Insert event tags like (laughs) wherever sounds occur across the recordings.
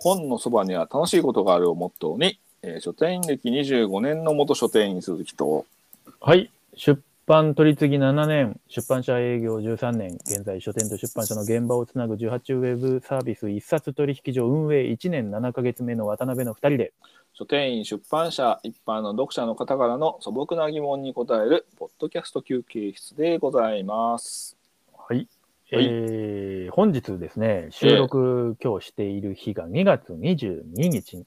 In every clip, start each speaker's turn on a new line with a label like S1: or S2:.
S1: 本のそばには楽しいことがあるをモットーに、えー書店員歴25年の元書店員鈴木と、
S2: はい。出版取り次ぎ7年、出版社営業13年、現在書店と出版社の現場をつなぐ18ウェブサービス1冊取引所運営1年7ヶ月目の渡辺の2人で、
S1: 書店員、出版社、一般の読者の方からの素朴な疑問に答える、ポッドキャスト休憩室でございます。
S2: はい。
S1: はい
S2: えー本日ですね、収録今日している日が2月22日、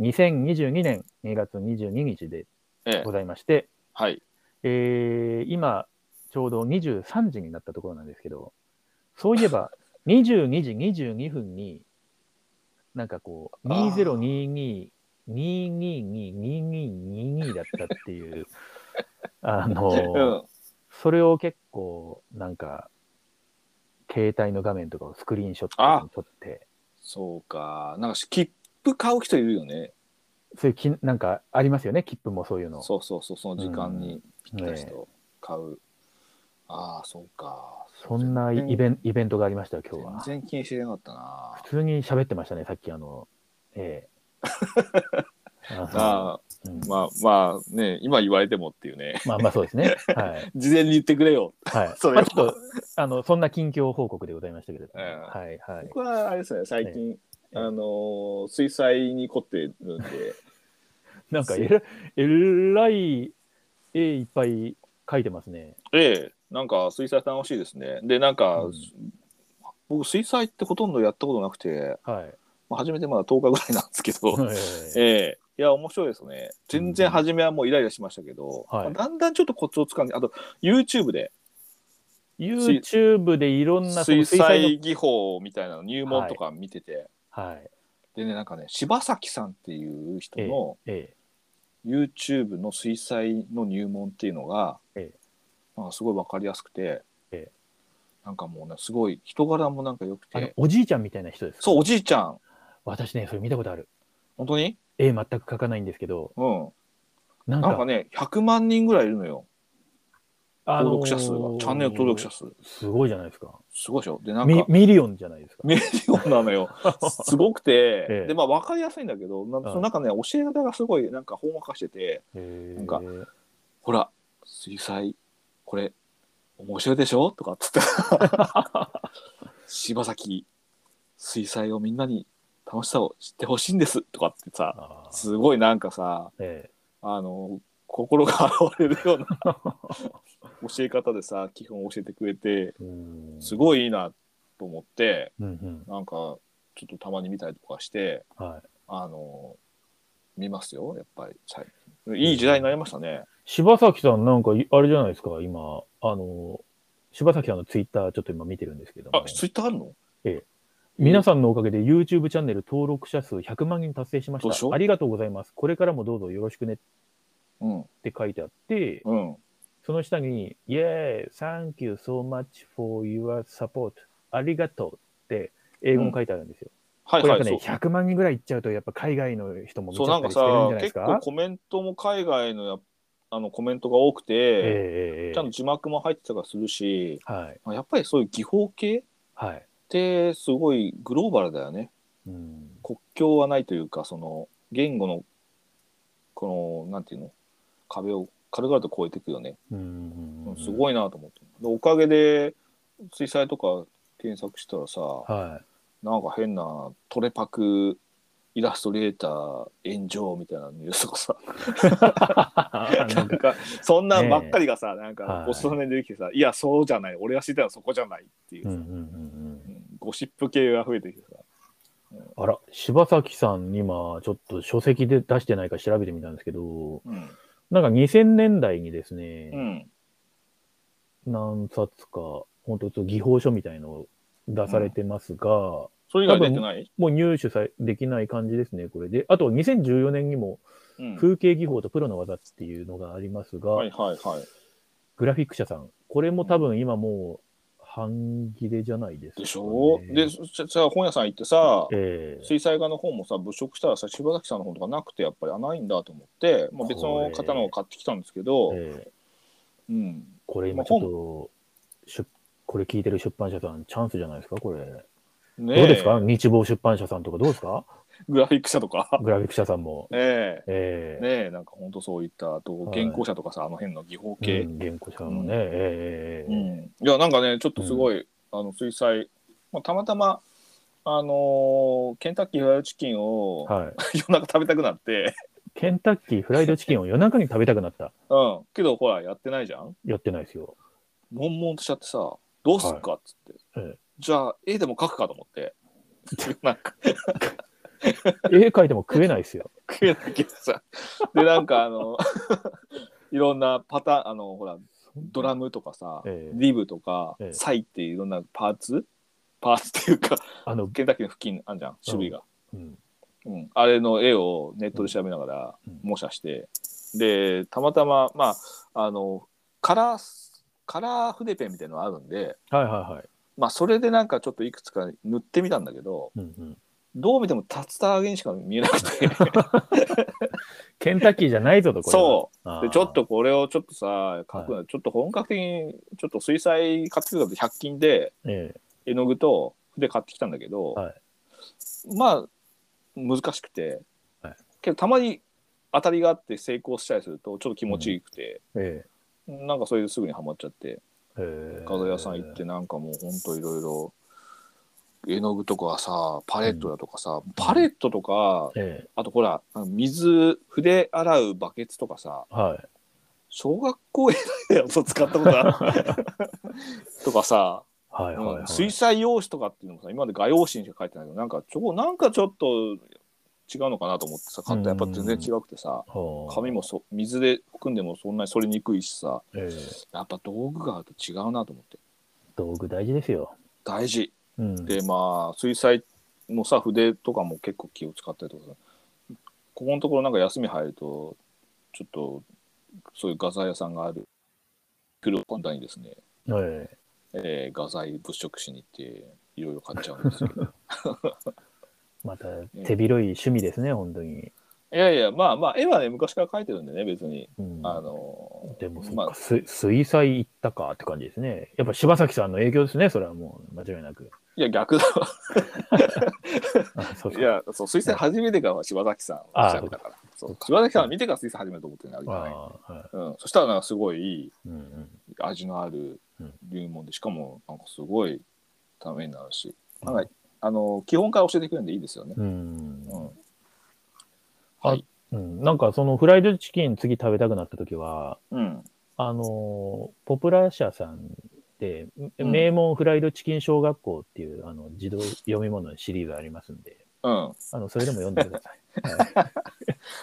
S2: 2022年2月22日で
S1: ええ
S2: ございまして、
S1: はい。
S2: えー今、ちょうど23時になったところなんですけど、そういえば、22時22分に、なんかこう、
S1: あー
S2: 2022、222222だったっ
S1: (laughs)
S2: ていう、あ
S1: う
S2: の、
S1: ん。
S2: それを結構、なんか、携帯の画面とかをスクリーンショットに撮って、
S1: そうか。なんかし、切符買う人いるよね。
S2: そういうき、なんかありますよね、切符もそういうの。
S1: そうそうそう、その時間にぴったし
S2: ね
S1: と買う。ああ、そうか。
S2: そんなイベンイベントがありましたよ、今日は
S1: 全。然気にしてなかったな。
S2: 普通に喋ってましたね、さっきあの、ええあ
S1: (laughs) ああ
S2: のうん
S1: まあまあね今言われてもっていうね (laughs)
S2: まあまあそうですね。はい。
S1: 事前に言ってくれよ
S2: はい。
S1: (laughs) それ
S2: ま
S1: は
S2: あ、ちょっと、あの、そんな近況報告でございましたけれども。
S1: ええ
S2: はいはい。
S1: 僕はあれですね最近、
S2: え
S1: あのー水彩に凝ってるんで
S2: なんかえら、えらい絵いっぱい描いてますね。
S1: ええなんか水彩楽しいですねでなんか、
S2: うん
S1: 僕水彩ってほとんどやったことなくて、
S2: はい。
S1: まあ、初めてまだ10日ぐらいなんですけ
S2: (laughs)
S1: ど
S2: ええ
S1: ええいや面白いですね全然初めはもうイライラしましたけど、
S2: はい
S1: まあだんだんちょっとコツをつかんであと YouTube で
S2: YouTube でいろんなその
S1: 水
S2: の
S1: 彩技法みたいなの入門とか見てて、
S2: はい。
S1: でねなんかね柴崎さんっていう人の、
S2: え
S1: YouTube の水彩の入門っていうのが、
S2: ええ
S1: なんかすごい分かりやすくて、
S2: ええ
S1: なんかもうねすごい人柄もなんか良く
S2: えあの
S1: て、
S2: おじいちゃんみたいな人ですか
S1: そうおじいちゃん
S2: 私ね、それ見たことある。
S1: 本当に
S2: 絵全く描かないんですけど、
S1: うん
S2: なんか、
S1: なんかね100万人ぐらいいるのよ
S2: あの
S1: 登
S2: ー
S1: 録者数が、チャンネル登録者数
S2: すごいじゃないですか。
S1: すごいでしょでなん
S2: ミ
S1: か
S2: ミリオンじゃないですか。
S1: メディオなのよ
S2: (laughs)
S1: すごくて、
S2: ええ
S1: でまあ分かりやすいんだけどなそのなんかね教え方がすごいなんかほんわかしてて
S2: な
S1: なんかほら水彩これ面白いでしょとかっつって
S2: (laughs)
S1: 柴崎水彩をみんなに楽しさを知ってほしいんですとかってさ
S2: あー
S1: すごいなんかさ
S2: ええ
S1: あの心が現れるよう
S2: (laughs)
S1: な教え方でさ基本教えてくれて
S2: うん
S1: すごいいいなと思って
S2: うん
S1: なんかちょっとたまに見たりとかして
S2: うんはい、
S1: あの見ますよやっぱり最近いい時代になりましたね。
S2: 柴崎さん、なんかい、あれじゃないですか、今、あの、柴崎さんのツイッター、ちょっと今見てるんですけども
S1: あツイッターあるの
S2: 皆さんのおかげで YouTube チャンネル登録者数100万人達成しま
S1: どうし
S2: し
S1: よう
S2: た。ありがとうございます。これからもどうぞよろしくねっ
S1: うん
S2: て書いてあって、
S1: うん
S2: その下に、Yeah, thank you so much for your support. ありがとうって英語も書いてあるんですよ。
S1: はい
S2: これ
S1: は
S2: やっ
S1: い
S2: ぱね、
S1: そう
S2: 100万人ぐらいいっちゃうと、やっぱ海外の人も見ち
S1: そう
S2: ゃ
S1: な
S2: っ
S1: ん
S2: た
S1: か
S2: りしてるん
S1: さ
S2: じゃないで
S1: 結
S2: すか。
S1: 構コメントも海外のやあのコメントが多くて、
S2: ええええええ
S1: ちゃんと字幕も入ってたりとかするし
S2: はい、
S1: やっぱりそういう技法系っ
S2: はい。
S1: てすごいグローバルだよね
S2: うん、
S1: 国境はないというかその言語のこのなんていうの壁を軽々と越えていくよね、
S2: うん
S1: すごいなと思ってでおかげで水彩とか検索したらさ
S2: は
S1: なんか変なトレパクイラストレーター炎上みたいなニュースとかさ
S2: (laughs)
S1: (laughs)
S2: い。
S1: なんかそんなんばっかりがさ、なん
S2: は
S1: か
S2: い
S1: ごちそうさんで出てきてさ、い、やそうじゃない俺が知ってたのはそこじゃないっていう
S2: う
S1: さ、
S2: んうんうん
S1: うんゴシップ系が増えてきてさ
S2: うん、あら、柴崎さん、今、ちょっと書籍で出してないか調べてみたんですけど、
S1: うん、
S2: なんか2000年代にです
S1: う
S2: ね、
S1: ん、
S2: 何冊か、本当技法書みたいのを出されてますが、
S1: それ以外出てない、
S2: もう入手さできない感じですね、これで。あと、2014年にも、
S1: うん、
S2: 風景技法とプロの技っていうのがありますが、
S1: はいはいはい
S2: グラフィック社さん、これも多分今もう、半切れじゃないですか、ね。
S1: でしょ、でそそさ本屋さん行ってさ
S2: ええ
S1: 水彩画の本もさ物色したらさ柴崎さんの本とかなくてやっぱりあないんだと思って、まあ、別の方のを買ってきたんですけど、
S2: え
S1: う
S2: え
S1: ん、
S2: これ今ちょっと、出これ聞いてる出版社さん、チャンスじゃないですか、これ。
S1: ね
S2: どうですか、日望出版社さんとかどうですか
S1: グラフィック社とか。 (laughs)
S2: グラフィック社さんも。
S1: え
S2: え
S1: え
S2: え
S1: ねえ、なんか本当そういった、あと
S2: は、い
S1: 原稿者とかさ、あの辺の技法
S2: う
S1: 系。
S2: ん原稿者もね、ええ
S1: う
S2: えええ
S1: ん、いや、なんかね、ちょっとすごい、あの水彩、まあ、たまたま、あのーケンタッキーフライドチキン
S2: え
S1: を
S2: はい。
S1: (laughs) 夜中食べたくなって、
S2: ケンタッキーフライドチキンを夜中に食べたくなった。
S1: うん、けどほら、やってないじゃん。
S2: やってないですよ。
S1: 悶々としちゃってさ、どうすっかっつって、
S2: はいええ
S1: じゃあ、絵でも描くかと思って、 (laughs) なんか
S2: 絵描いても食えないですよ。
S1: 食えないけどさ、で、なんかあの、 (laughs) いろんなパターン、あの、ほら、 (laughs) ドラムとかさ、
S2: ええ
S1: リブとか、
S2: ええ
S1: サイっていういろんなパーツパーツっていうか、
S2: あの、
S1: ケンタッキーの付近あんじゃん、種類が。
S2: うん、
S1: うん、あれの絵をネットで調べながら
S2: うん
S1: 模写して、でたまたままああのカラーカラー筆ペンみたいなのあるんで、
S2: はいはいはい。
S1: まあ、それでなんかちょっといくつか塗ってみたんだけど
S2: うんうん、
S1: どう見ても竜田揚げにしか見えなくて
S2: ケンタッキーじゃないぞと、これは。
S1: そう
S2: あー
S1: でちょっとこれをちょっとさ描くの、ちょっと本格的にちょっと水彩買ってくると100均で
S2: ええ
S1: 絵の具と筆買ってきたんだけど、
S2: はい
S1: まあ難しくて、
S2: はい
S1: けどたまに当たりがあって成功したりするとちょっと気持ちいいくて、
S2: え
S1: なんかそれですぐにはまっちゃって
S2: えええ
S1: 画材屋さん行ってなんかもうほんといろいろ絵の具とかさパレットだとかさ、パレットとか
S2: ええ
S1: あとほらあの水筆洗うバケツとかさ
S2: はい。
S1: 小学校以来だよそう使ったことある
S2: (laughs)
S1: とかさ
S2: はいはい、はい
S1: うん水彩用紙とかっていうのもさ今まで画用紙にしか書いてないけどなんかちょこなんかちょっと違うのかなと思ってさ買ったらやっぱ全然違くてさ
S2: はあ
S1: 紙もそ水で含んでもそんなにそれにくいしさ
S2: ええ
S1: やっぱ道具があると違うなと思って
S2: 道具大事ですよ。
S1: 大事
S2: うん、
S1: でまあ水彩のさ筆とかも結構気を使ったりとかさここのところなんか休み入るとちょっとそういう画材屋さんがある黒本体にですね、
S2: ええ
S1: えー画材物色しに行っていろいろ買っちゃうんですけど
S2: また手広い趣味ですね、本当に。
S1: いやいや、まあまあ、絵はね、昔から描いてるんでね、別に。
S2: うん、
S1: あの
S2: でもそっ
S1: ま
S2: か、
S1: あ
S2: す水彩行ったかって感じですね。やっぱ柴崎さんの影響ですね、それはもう間違いなく。
S1: いや、逆だわ。
S2: あそう
S1: いや、そう、水彩初めてからは柴崎さんおっしゃったから。そう柴崎さんを見てから水彩始めると思ってるんだけ
S2: あ
S1: どね
S2: あ、は
S1: うん。そしたら、なんかすごいいい
S2: い。うんうん。
S1: 味のある
S2: うん
S1: 入門で、しかも、なんかすごいためになるし、
S2: うん
S1: なんか、あの、基本から教えてくれるんでいいですよね。
S2: うん
S1: うん。
S2: うん、なんかそのフライドチキン次食べたくなった時は、
S1: うん。
S2: あのーポプラ社さんで、
S1: うん
S2: 名門フライドチキン小学校っていうあの児童読み物のシリーズありますんで、
S1: うん。
S2: あのそれでも読んで
S1: (laughs)
S2: ください。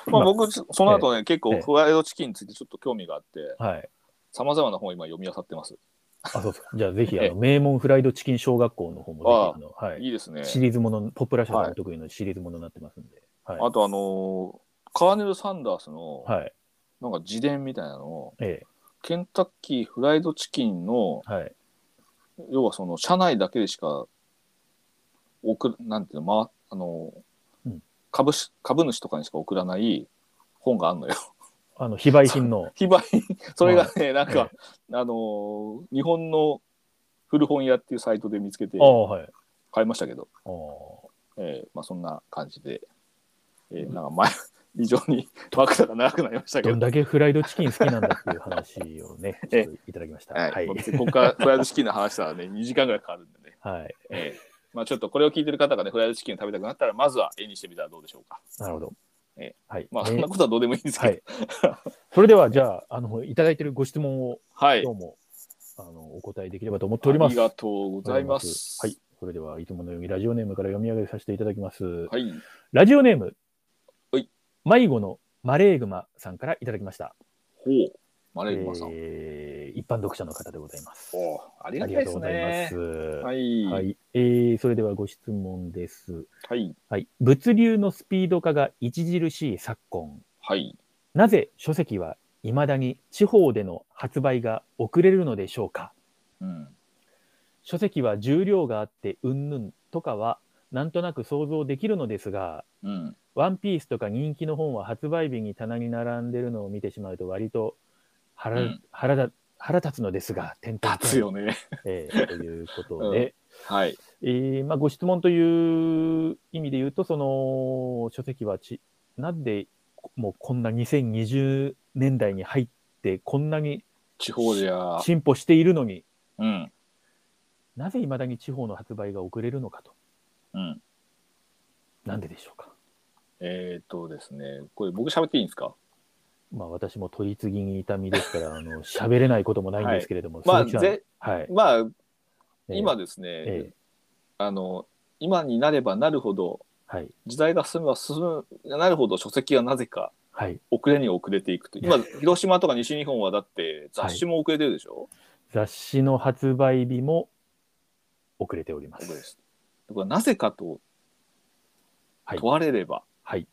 S1: ま
S2: ま
S1: あ、
S2: あ
S1: 僕、その後ね、結
S2: え
S1: 構、
S2: え
S1: フライドチキンについてちょっと興味があって、
S2: はい。はい。
S1: さまざまな本を今読み漁ってます。
S2: あ、そうですか。じゃあぜひ、あ
S1: ええ
S2: の、名門フライドチキン小学校の方もぜ
S1: あ
S2: ひ、
S1: あ
S2: あの、はいい。
S1: いですね。
S2: シリーズもの、ポップラ社さん
S1: は
S2: お得意のシリーズものになってますんで。はい。
S1: あとあのーカーネル・サンダースの
S2: はい。
S1: なんか自伝みたいなのを、
S2: え
S1: ケンタッキーフライドチキンの
S2: え。はい。
S1: 要はその社内だけでしか送るなんていうの、まあのー
S2: うん
S1: 株し株主とかにしか送らない本があるのよ。 (laughs)
S2: あの、非売品の、
S1: 非売品それがね、なん
S2: え
S1: か、あのー日本の古本屋っていうサイトで見つけて
S2: ああ、はい。あ
S1: 買いましたけど、
S2: あ。
S1: えーまあ、そんな感じで、えーなんか前 (laughs) 非常に枕が長くなりましたけ
S2: ど
S1: ど
S2: ん。だけフライドチキン好きなんだっていう話をね、
S1: (laughs)
S2: ち
S1: ええ
S2: ょっといただきました。
S1: は、
S2: はいい
S1: まあ。別にここからフライドチキンの話したらね、2時間 (laughs) ぐらいかかるんでね。
S2: はい。
S1: ええまあちょっとこれを聞いてる方がね、フライドチキンを食べたくなったら、まずは絵にしてみたらどうでしょうか。
S2: なるほど
S1: ええ。
S2: はい。
S1: まあ
S2: ね
S1: そんなことはどうでもいいんですけ
S2: は
S1: ど。
S2: い。それでは、
S1: (laughs)
S2: じゃあ、あの、いただいてるご質問を、
S1: はい。
S2: 今日も、あの、お答えできればと思っております。
S1: ありがとうございます。
S2: はい。。それでは、いつものようにラジオネームから読み上げさせていただきます。
S1: はい。
S2: ラジオネーム、
S1: はい
S2: 迷子のマレーグマさんからいただきました。
S1: ほう。マレーグマさん。
S2: えー一般読者の方でございます。
S1: おうありがた
S2: あり
S1: い
S2: が
S1: で
S2: とう
S1: す
S2: ございま
S1: ね
S2: す。。
S1: はいい。
S2: は
S1: はい。
S2: いえーそれではご質問です、
S1: はい。
S2: はい。物流のスピード化が著しい昨今、
S1: はい。
S2: なぜ書籍はいまだに地方での発売が遅れるのでしょうか
S1: うん。
S2: 書籍は重量があってうんぬんとかはなんとなく想像できるのですが、
S1: うん。
S2: ワンピースとか人気の本は発売日に棚に並んでるのを見てしまうと割と腹,、
S1: うん
S2: 腹だ腹立つのですが、点々
S1: 立つよね。 (laughs)
S2: えーということで、
S1: はい。
S2: えーまあ、ご質問という意味で言うと、その書籍はち、なんでもうこんな2020年代に入って、こんなに
S1: 地方じゃ、
S2: 進歩しているのに、
S1: うん、
S2: なぜいまだに地方の発売が遅れるのかと、
S1: うん。
S2: なんででしょうか。
S1: えっ、ー、とですね、これ僕喋っていいんですか
S2: まあ、私も取り次ぎに痛みですから、あの喋れないこともないんですけれども、
S1: まあ、
S2: 鈴木さん
S1: ぜ
S2: はい、
S1: まあ、
S2: えー
S1: 今、ですね、
S2: え
S1: あの、今になればなるほど、
S2: ーはい、
S1: 時代が進めば進むなるほど書籍がなぜか
S2: はい、
S1: 遅れに遅れていくという今広島とか西日本はだって雑誌も遅れてるでしょ、
S2: 雑誌の発売日も遅れておりま。
S1: 遅れですすだからなぜかと
S2: はい
S1: 問われれば、
S2: はい、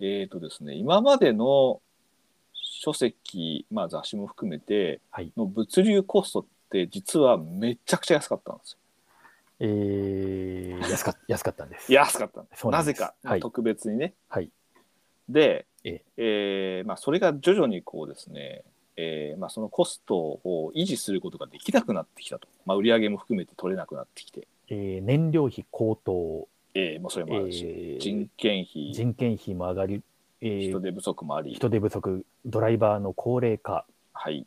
S1: えっ、とですね今までの書籍、まあ、雑誌も含めて
S2: はい
S1: の物流コストって実はめちゃくちゃ安かったんです
S2: えー、 (laughs) 安か安かったんです。
S1: よ安かったんです
S2: そう
S1: な
S2: なん
S1: ぜ
S2: です
S1: か、
S2: はい
S1: 特別にね
S2: はい、
S1: で、
S2: え
S1: え
S2: え
S1: ーまあ、それが徐々にこうですね、えーまあ、そのコストを維持することができなくなってきたと、まあ、売り上げも含めて取れなくなってきて、
S2: えー燃料費高騰、
S1: えーもうそれもあるし、
S2: えー
S1: 人件費、
S2: 人件費も上がり、えー
S1: 人手不足もあり、
S2: 人手不足、ドライバーの高齢化、
S1: はい、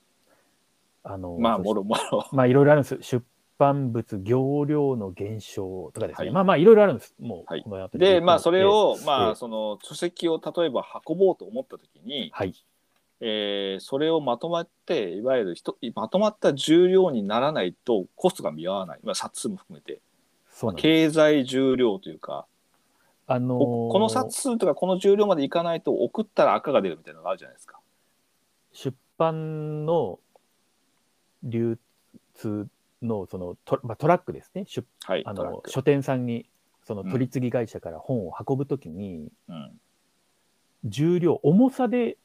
S2: あの
S1: まあ、
S2: そし
S1: もろもろ、
S2: まあいろいろあるんです。出版物業量の減少とかですね。
S1: はい
S2: まあまあいろいろあるんです。もう、
S1: はい
S2: この辺り
S1: で、まあ、それ、を、
S2: え
S1: ま
S2: え
S1: あ、その書籍を例えば運ぼうと思ったときに、
S2: はい。
S1: えーそれをまとまって、いわゆるひとまとまった重量にならないと、コストが見合わない、まあ、冊数も含めて、
S2: そうなんです。
S1: 経済重量というか、
S2: あのー
S1: ここの冊数とかこの重量までいかないと送ったら赤が出るみたいなのがあるじゃないですか。
S2: 出版の流通のそのト,、まあ、トラックですね。出
S1: はい。
S2: あ
S1: トラッ
S2: の
S1: ク
S2: 書店さんにその
S1: うん
S2: 取り次ぎ会社から本を運ぶときに、
S1: うん。
S2: 重量重さで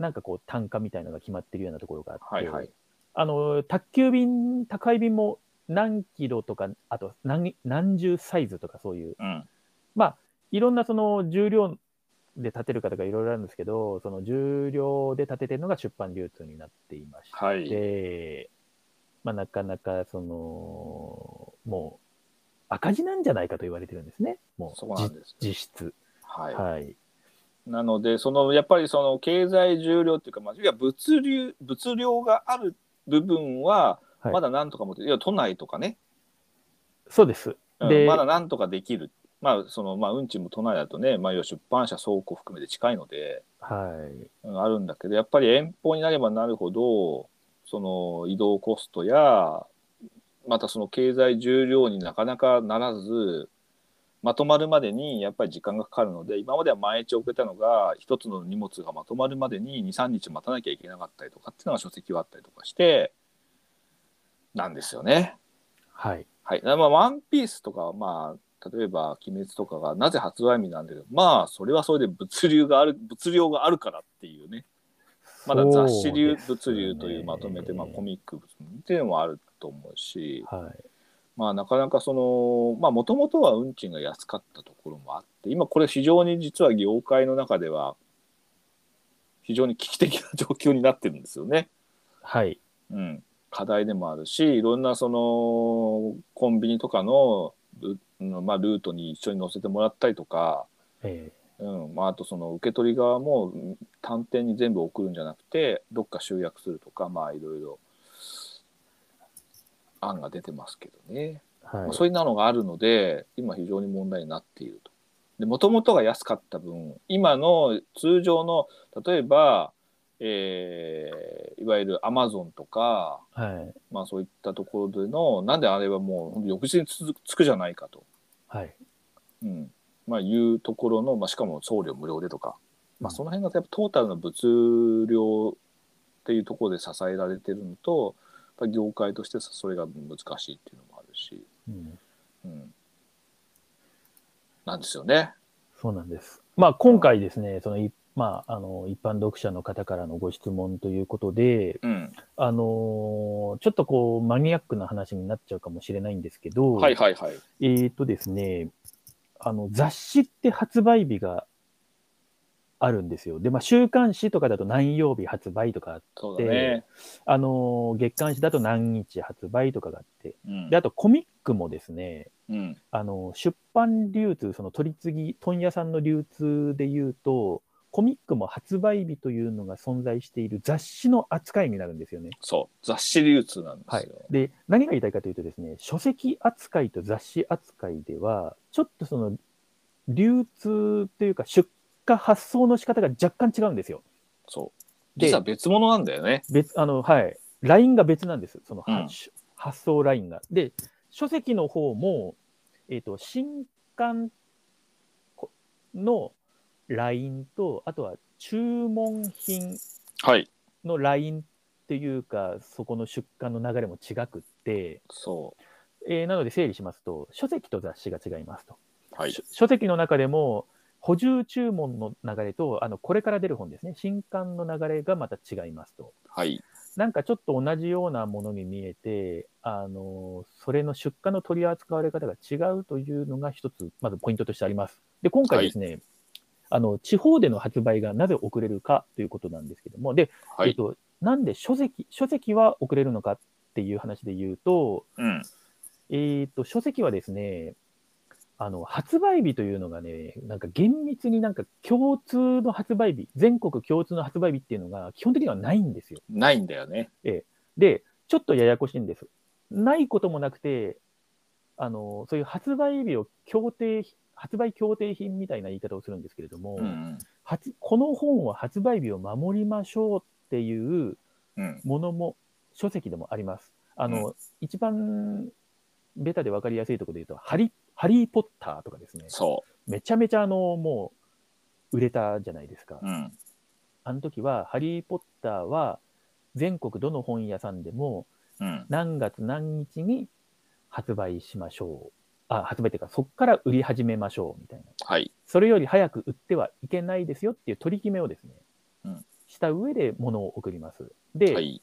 S2: なんかこう単価みたいなのが決まってるようなところがあって、
S1: はいはい。
S2: あの宅急便宅配便も何キロとかあと何何十サイズとかそういう
S1: うん。
S2: いろんなその重量で立てる方がいろいろあるんですけどその重量で立ててるのが出版流通になっていまして、
S1: はい。
S2: まあ、なかなかそのもう赤字なんじゃないかと言われてるんですねも
S1: そう
S2: じ
S1: なんです。
S2: 実質。
S1: はい。
S2: はい
S1: なので、その、やっぱりその経済重量っていうか、まあ、いや物流、物量がある部分は、
S2: はい
S1: まだなんとかも、い、や、都内とかね、
S2: そうです。
S1: うん
S2: で、
S1: まだなんとかできる。まあ、その、まあ、運賃も都内だとね、まあ、要は出版社、倉庫含めて近いので、
S2: はい。
S1: うんあるんだけどやっぱり遠方になればなるほどその移動コストやまたその経済重量になかなかならずまとまるまでにやっぱり時間がかかるので今までは毎日遅れたのが一つの荷物がまとまるまでに23日待たなきゃいけなかったりとかっていうのが書籍はあったりとかしてなんですよね。
S2: はい。
S1: はい、まあワンピースとかはまあ例えば「鬼滅」とかがなぜ発売日なんだけどまあそれはそれで物流がある物量があるからっていうねまだ雑誌流、物流というまとめて、まあ、コ
S2: ミ
S1: ミックっていうのもあると思うし、
S2: はい。
S1: まあ、なかなかその、まあ、もともとは運賃が安かったところもあって、今これ非常に実は業界の中では、非常に危機的な状況になってるんですよね。
S2: はい。
S1: うん。課題でもあるし、いろんなその、コンビニとかの、ルまあ、ルートに一緒に乗せてもらったりとか、
S2: え
S1: うんまあ、あとその受け取り側もうん単点に全部送るんじゃなくてどっか集約するとかまあいろいろ案が出てますけどね、
S2: ーは
S1: まあ
S2: い。
S1: そういうのがあるので今非常に問題になっていると。で元々が安かった分今の通常の例えば、えーいわゆるアマゾンとか、
S2: はい。
S1: まあ、そういったところでのなんであれはもうほんと翌日につづつくじゃないかと、
S2: はい。
S1: うんまあ、いうところの、まあ、しかも送料無料でとか。まあ、その
S2: の、
S1: 辺がやっぱトータルの物量っていうところで支えられてるのとやっぱ業界としてそれが難しいっていうのもあるし、
S2: うん
S1: うん、なんですよね。
S2: そうなんです。まあ、今回ですね、その、いまあ、あの、一般読者の方からのご質問ということで、
S1: うん、
S2: あのーちょっとこう、マニアックな話になっちゃうかもしれないんですけど、
S1: はいはいはい。
S2: えっ、とですね、あの、雑誌って発売日があるんですよ。で、まあ、週刊誌とかだと何曜日発売とか
S1: そうだね。
S2: あのー月刊誌だと何日発売とかがあって、
S1: うん
S2: で、あとコミックもですね、
S1: うん。
S2: あの、出版流通、その取り次ぎ、問屋さんの流通で言うと、コミックも発売日というのが存在している雑誌の扱いになるんですよね。
S1: そう。雑誌流通なんで
S2: は
S1: す
S2: い
S1: よ。、
S2: で何が言いたいかというとですね書籍扱いと雑誌扱いではちょっとその流通というか出荷発送の仕方が若干違うんですよ。
S1: そう。
S2: で
S1: 実は別物なんだよね。
S2: 別あのはいラインが別なんですその、
S1: うん
S2: 発発送ラインが。で書籍の方も、えー、と新刊このラインとあとは注文品
S1: はい。
S2: のラインっていうかそこの出荷の流れも違くって。
S1: そ
S2: えーなので整理しますと、書籍と雑誌が違いますと。
S1: う。はい
S2: 書。書籍の中でも、補充注文の流れと、あのこれから出る本ですね、新刊の流れがまた違いますと。
S1: はい。
S2: なんかちょっと同じようなものに見えて、あのそれの出荷の取り扱われ方が違うというのが一つ、まずポイントとしてあります。で、今回ですね、あの地方での発売がなぜ遅れるかということなんですけども、で、
S1: は
S2: えっ
S1: い。
S2: と、なんで書籍、書籍は遅れるのかっていう話で言うと、
S1: うん。
S2: えー、と書籍はですねあの発売日というのがねなんか厳密になんか共通の発売日全国共通の発売日っていうのが基本的にはないんですよ
S1: ないんだよね。
S2: でちょっとややこしいんですないこともなくてあのそういう発売日を協定発売協定品みたいな言い方をするんですけれども、
S1: うん。
S2: 発この本は発売日を守りましょうっていう
S1: うん。
S2: ものも書籍でもあります。あの、一番ベタで分かりやすいところで言うと、ハリハリー・ポッターとかですね、
S1: そ
S2: めちゃめちゃあのもう売れたじゃないですか
S1: う。。うん。
S2: あの時は、ハリー・ポッターは全国どの本屋さんでも
S1: うん。
S2: 何月何日に発売しましょう。あ、発売っていうか、そこから売り始めましょうみたいな。
S1: はい。
S2: それより早く売ってはいけないですよっていう取り決めをですね、
S1: うん
S2: した上で物を送ります。で、
S1: はい。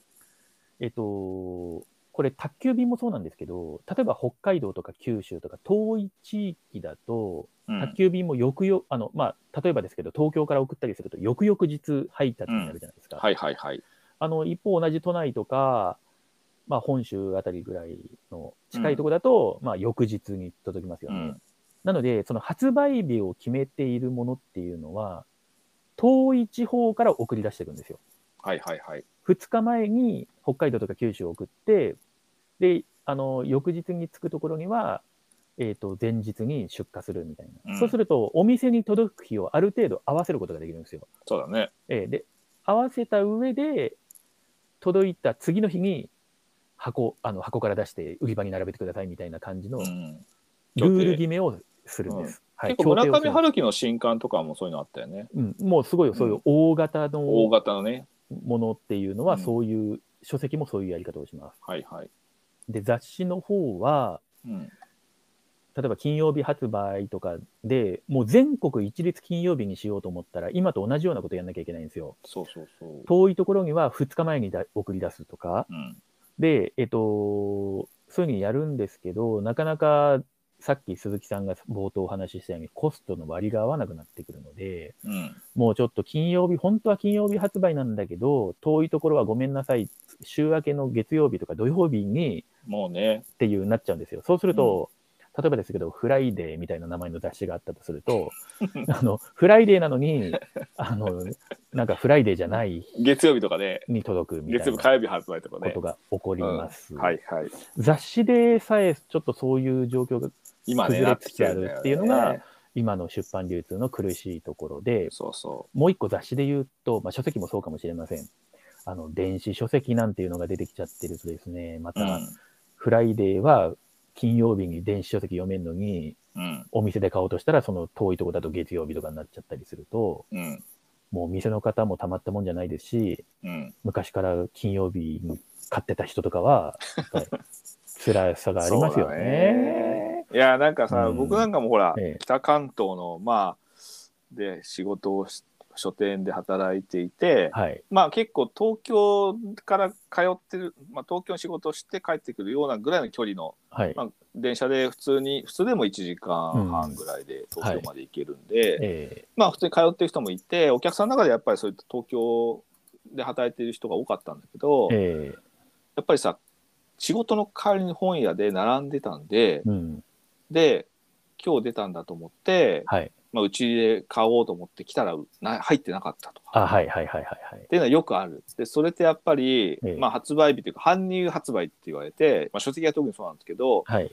S2: えっと、これ宅急便もそうなんですけど、例えば北海道とか九州とか遠い地域だと、
S1: う
S2: 宅
S1: ん。
S2: 急便も翌よ、あの、まあ、例えばですけど、東京から送ったりすると、翌々日配達になるじゃないですか。
S1: はいはいはい。
S2: あの、一方同じ都内とか、まあ、本州あたりぐらいの近いところだと、まあ、翌日に届きますよ
S1: う
S2: ね。
S1: ん。
S2: なので、その発売日を決めているものっていうのは、遠い地方から送り出していくんですよ。
S1: はいはいはい。
S2: 2日前に北海道とか九州を送って、で、あの、翌日に着くところには、えっ、と、前日に出荷するみたいな。
S1: うん
S2: そうすると、お店に届く日をある程度合わせることができるんですよ。
S1: そうだね。
S2: えーで、合わせた上で、届いた次の日に、箱、あの、箱から出して売り場に並べてくださいみたいな感じの
S1: う
S2: ル
S1: ん。
S2: ール決めをするんです。は
S1: 結構村
S2: 協定
S1: 上
S2: をする
S1: 春樹の新刊とかもそういうのあったよね。
S2: うん、もうすごい、そういう大型の
S1: 大
S2: も
S1: 型のね。
S2: のっていうのは、
S1: うん
S2: そういう、書籍もそういうやり方をします。
S1: はいはい。
S2: で雑誌の方は
S1: うん。
S2: 例えば金曜日発売とかでもう全国一律金曜日にしようと思ったら今と同じようなことやんなきゃいけないんですよ。
S1: そうそうそう。
S2: 遠いところには2日前にだ送り出すとか
S1: うん。
S2: で、えっと、そういうふうにやるんですけどなかなかさっき鈴木さんが冒頭お話ししたようにコストの割が合わなくなってくるので
S1: うん。
S2: もうちょっと金曜日本当は金曜日発売なんだけど遠いところはごめんなさい週明けの月曜日とか土曜日に
S1: もうね。
S2: っていうなっちゃうんですよ。そうすると、例えばですけど、フライデーみたいな名前の雑誌があったとすると、あのフライデーなのに、あのなんかフライデーじゃない日
S1: 月曜日とかね。
S2: に届くみた
S1: 月曜
S2: い
S1: 日
S2: なこ
S1: 火曜日発売とかね
S2: と。が起こります。
S1: はいはい。
S2: 雑誌でさえちょっとそういう状況が
S1: 今ね、
S2: 崩
S1: な
S2: れ
S1: って
S2: つ
S1: きて
S2: つ
S1: る
S2: あ
S1: んだよ
S2: る
S1: ね
S2: っていうのが、今の出版流通の苦しいところで、
S1: そうそ
S2: もう一個雑誌で言うと、まあ、書籍もそうかもしれません。あの電子書籍なんていうのが出てきちゃってるとですね、ま
S1: う。う
S2: た
S1: ん。
S2: フライデーは金曜日に電子書籍読めるのに、
S1: うん。
S2: お店で買おうとしたら、その遠いとこだと月曜日とかになっちゃったりすると、
S1: うん。
S2: もう店の方もたまったもんじゃないですし、
S1: うん。
S2: 昔から金曜日に買ってた人とかは、やっぱり辛さがありますよね。
S1: いや、なんかさ、
S2: うん
S1: 僕なんかもほら、
S2: ええ
S1: 北関東の、まあ、で、仕事をし書店で働いていて、
S2: はい。
S1: まあ結構東京から通ってる、まあ東京の仕事をして帰ってくるようなぐらいの距離の、
S2: はい。
S1: まあ電車で普通に、普通でも1時間半ぐらいで東京まで行けるんで、
S2: え
S1: まあ普通に通ってる人もいて、お客さんの中でやっぱりそういった東京で働いてる人が多かったんだけど
S2: え、ええ
S1: やっぱりさ、仕事の代わりに本屋で並んでたんで、
S2: うん。
S1: で、今日出たんだと思って、
S2: はい。
S1: まあ、うちで買おうと思って来たらな入ってなかったとか。
S2: あ、はいはいはいはいはい
S1: っ。ていうのはよくある。で、それってやっぱり、
S2: ええ
S1: まあ発売日というか、搬入発売って言われて、まあ書籍は特にそうなんですけど、
S2: はい。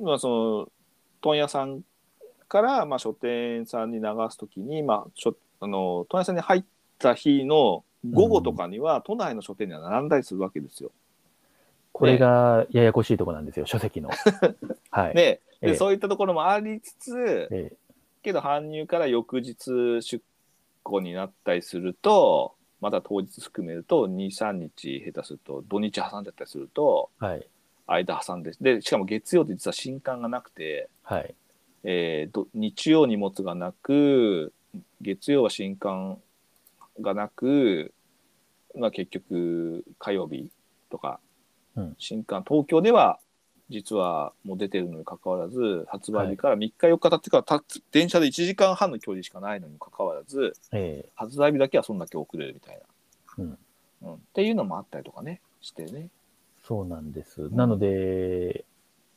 S1: まあその、問屋さんから、まあ書店さんに流すときに、まあ、しょあの、問屋さんに入った日の午後とかには、都内の書店には並んだりするわけですよ。
S2: これがややこしいとこなんですよ、書
S1: (laughs)
S2: 籍の。はい。
S1: でで、
S2: ええ
S1: そういったところもありつつ、
S2: ええ
S1: けど搬入から翌日出庫になったりすると、また当日含めると、2、3日下手すると、土日挟んじゃったりすると、
S2: はい。
S1: 間挟んで、で、しかも月曜って実は新刊がなくて、
S2: はい。
S1: えー、ど日曜荷物がなく、月曜は新刊がなく、まあ、結局火曜日とか、
S2: うん
S1: 新刊、東京では実はもう出てるのにかかわらず、発売日から3日4日経ってからたつ、電車で1時間半の距離しかないのにかかわらず、
S2: ええ
S1: 発売日だけはそんだけ遅れるみたいな、
S2: うん
S1: うんっていうのもあったりとかね、してね。
S2: そうなんです。なので、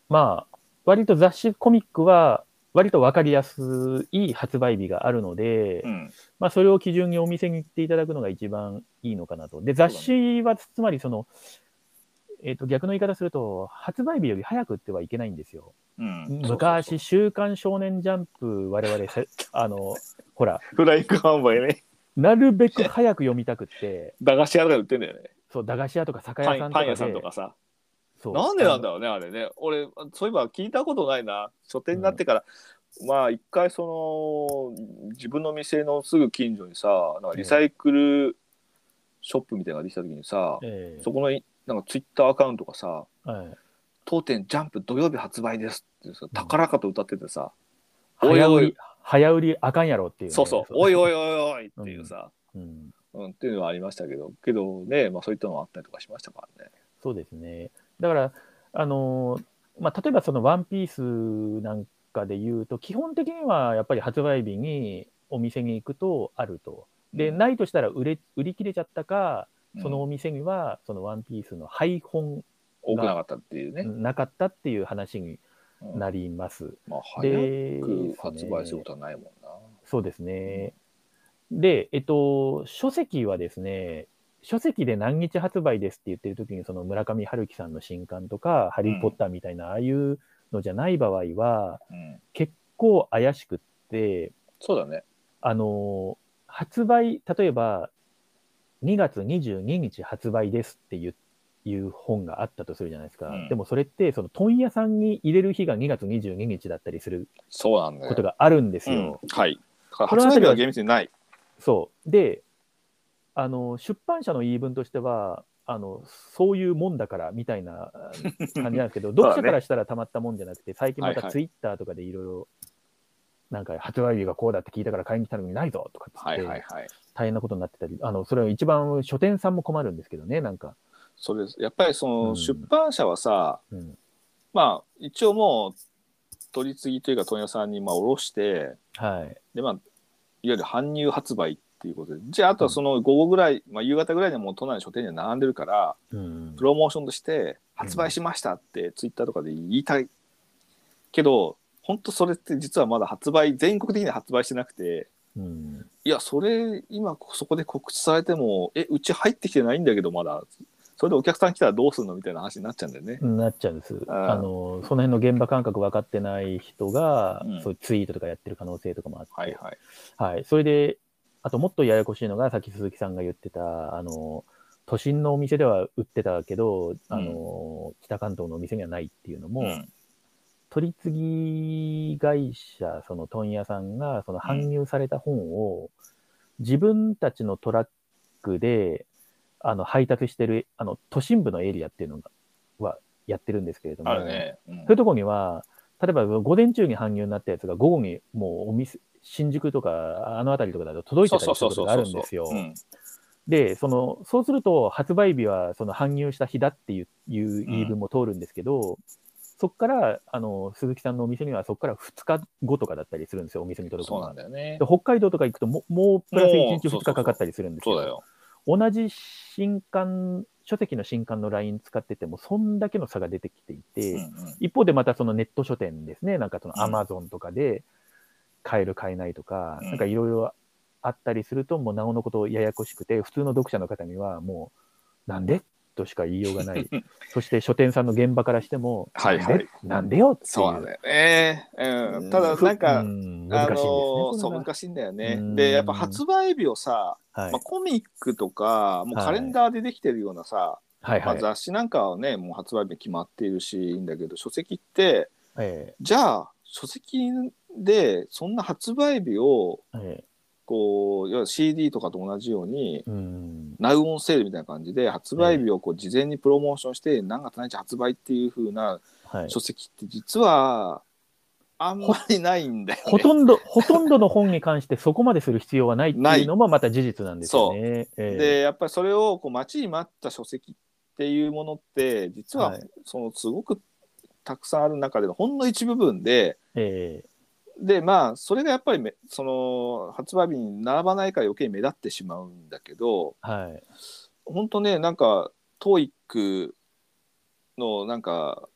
S2: まあ、割と雑誌コミックは、割とわかりやすい発売日があるので、
S1: うん、
S2: まあ、それを基準にお店に行っていただくのが一番いいのかなと。で、雑誌はつつまりその、えっと逆の言い方すると、発売日より早く売ってはいけないんですよ。
S1: うん、
S2: 昔、
S1: そうそう
S2: 週刊少年ジャンプ、我々せ、 (laughs) あの、ほら、
S1: そうフライング販売ね、
S2: なるべく早く読みたくって、
S1: 駄菓子屋とかで売ってんだよね。
S2: そう、駄菓子屋とか酒
S1: パ
S2: 屋さん
S1: ン
S2: とか
S1: パ
S2: で
S1: ン屋さんとかさ
S2: そう
S1: なんでなんだろうねあれね俺そういえば聞いたことないな書店になってから、まあ一回その自分の店のすぐ近所にさなんかリサイクルショップみたいなのができた時にさ、
S2: ええ
S1: そこのいなんかツイッターアカウントがさ
S2: はい
S1: 「当店ジャンプ土曜日発売です」ってさ高らかと歌っててさ「おい
S2: 早
S1: お
S2: 売
S1: い
S2: り、早売りあかんやろっていうね、
S1: そうそうおいおいおいおい」っていうさ、
S2: うん
S1: うん、っていうのはありましたけどけどね、まあ、そういったのもあったりとかしましたからね。
S2: そうですね。だから、あのーまあ、例えばそのワンピースなんかで言うと、基本的にはやっぱり発売日にお店に行くとあると。で、
S1: うん
S2: ないとしたら売れ、売り切れちゃったか、その
S1: う
S2: お
S1: ん
S2: 店にはそのワンピースの配本
S1: 多くなかったっていうね。
S2: なかったっていう話に
S1: うん
S2: なります。
S1: まあ、
S2: で
S1: 早く発売することはないもんな。
S2: そうですね。で、えっと、書籍はですね、書籍で何日発売ですって言ってる時に、その村上春樹さんの新刊とか、ハリー・ポッターみたいな、ああいうのじゃない場合は、
S1: うん、
S2: 結構怪しくって、
S1: そうだね。
S2: あの、発売、例えば、2月22日発売ですっていういう本があったとするじゃないですか。
S1: うん
S2: でもそれって、その問屋さんに入れる日が2月22日だったりする
S1: そうなんだよ。
S2: ことがあるんです
S1: う
S2: よ。
S1: ん、はい。だ
S2: こ
S1: か
S2: の
S1: ら発売
S2: 辺り
S1: 日
S2: は
S1: は厳密にない。
S2: そう。で、あの、出版社の言い分としては、あの、そういうもんだからみた
S1: (laughs)
S2: いな感じなんですけど、読者からしたらたまったもんじゃなくて、最近ま
S1: はい
S2: た
S1: はい
S2: ツイッターとかでいろいろ、なんか発売日がこうだって聞いたから買いに来たのにないぞとかっつ
S1: はい
S2: っ
S1: はい
S2: て
S1: はい。
S2: 大変なことになってたり、あの、それは一番書店さんも困るんですけどね、なんか。
S1: それやっぱりそうの
S2: ん
S1: 出版社はさ、
S2: うん。
S1: まあ一応もう取り次ぎというか問屋さんにまあ卸して
S2: はい。
S1: でまあいわゆる搬入発売っていうことでじゃああとはその午後ぐらい、まあ、夕方ぐらいにはもう都内の書店には並んでるから
S2: うん
S1: プ。ロモーションとして発売しましたってツイッターとかで言いたいけど本当それって実はまだ発売全国的には発売してなくて。
S2: うん。
S1: いや、それ、今、そこで告知されても、え、うち入ってきてないんだけど、まだ。それでお客さん来たらどうするのみたいな話になっちゃうんだよね。
S2: なっちゃうんです。
S1: あー
S2: あの、その辺の現場感覚分かってない人が、
S1: うん
S2: そういうツイートとかやってる可能性とかもあって、
S1: はいはい。
S2: はい。それで、あともっとややこしいのが、さっき鈴木さんが言ってた、あの、都心のお店では売ってたけど、あの、北関東のお店にはないっていうのも、
S1: うん。
S2: 取り次ぎ会社、その問屋さんが、その搬入された本を、自分たちのトラックで、あの、配達してる、あの、都心部のエリアっていうのが、は、やってるんですけれども、
S1: あるね。うん
S2: そういうとこには、例えば午前中に搬入になったやつが午後にもうお店、新宿とか、あの辺りとかだと届いてたりすることがあるんですよ
S1: う。ん
S2: で、その、そうすると、発売日はその搬入した日だっていういう言い分も通るんですけど、そこから、あの、鈴木さんのお店にはそこから2日後とかだったりするんですよ、お店に届く
S1: そ
S2: の
S1: う
S2: が
S1: なんだよね
S2: で。北海道とか行くとも、もうプラス
S1: もう
S2: 1日
S1: そうそう
S2: 2
S1: そう
S2: 日かかったりするんです
S1: そ
S2: よ。
S1: うだよ。
S2: 同じ新刊書籍の新刊の LINE 使ってても、そんだけの差が出てきていて、
S1: うんうん
S2: 一方でまたそのネット書店ですね、なんかその
S1: うん
S2: アマゾンとかで買える、買えないとか、
S1: うん
S2: なんかいろいろあったりすると、もうなおのことややこしくて、普通の読者の方にはもう、なんでとしか言いようが
S1: (laughs)
S2: ない。そして書店さんの現場からしても、
S1: はいはい
S2: なんでなんでよっていう。
S1: そうなんだよね。うん、ただ
S2: ふ
S1: なんか、
S2: うん難
S1: あの
S2: しいですね。
S1: ーそう
S2: これは
S1: 難しいんだよね
S2: う。ん
S1: でやっぱ発売日をさ、
S2: はい
S1: まあ、コミックとかもう
S2: はい
S1: カレンダーでできてるようなさ、
S2: はいはい。
S1: まあ、雑誌なんかはねもう発売日決まっているしいいんだけど書籍って
S2: え
S1: じゃあ書籍でそんな発売日を
S2: ええ
S1: こういわゆる CD とかと同じように
S2: えうん。
S1: ナウオンセールみたいな感じで発売日をこう事前にプロモーションして何月何日発売っていう風な
S2: はい。
S1: 書籍って実はあんまりないんだよ
S2: ほ
S1: ね。
S2: とんど、ほとんどの本に関してそこまでする必要はないっていうのもまた事実なんですよね。ええ
S1: でやっぱりそれをこう待ちに待った書籍っていうものって実は
S2: はい
S1: そのすごくたくさんある中でのほんの一部分で、
S2: え
S1: でまあそれがやっぱりめその発売日に並ばないから余計に目立ってしまうんだけど
S2: えはい。
S1: 本当ねなんか TOEIC のなんか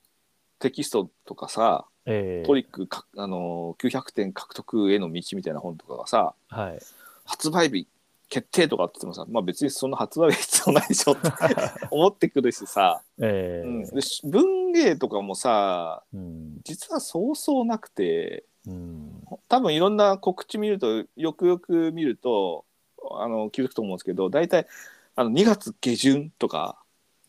S1: テキストとかさ、
S2: ええ
S1: トリックかあの900点獲得への道みたいな本とかがさ
S2: はい。
S1: 発売日決定とかって言ってもさ、まあ、別にそんな発売日必要ないでしょって
S2: (laughs)
S1: 思ってくるしさ、
S2: ええ
S1: うん、でし文芸とかもさ
S2: うん。
S1: 実はそうそうなくて
S2: うん。
S1: 多分いろんな告知見るとよくよく見るとあの気づくと思うんですけど大体あの2月下旬とか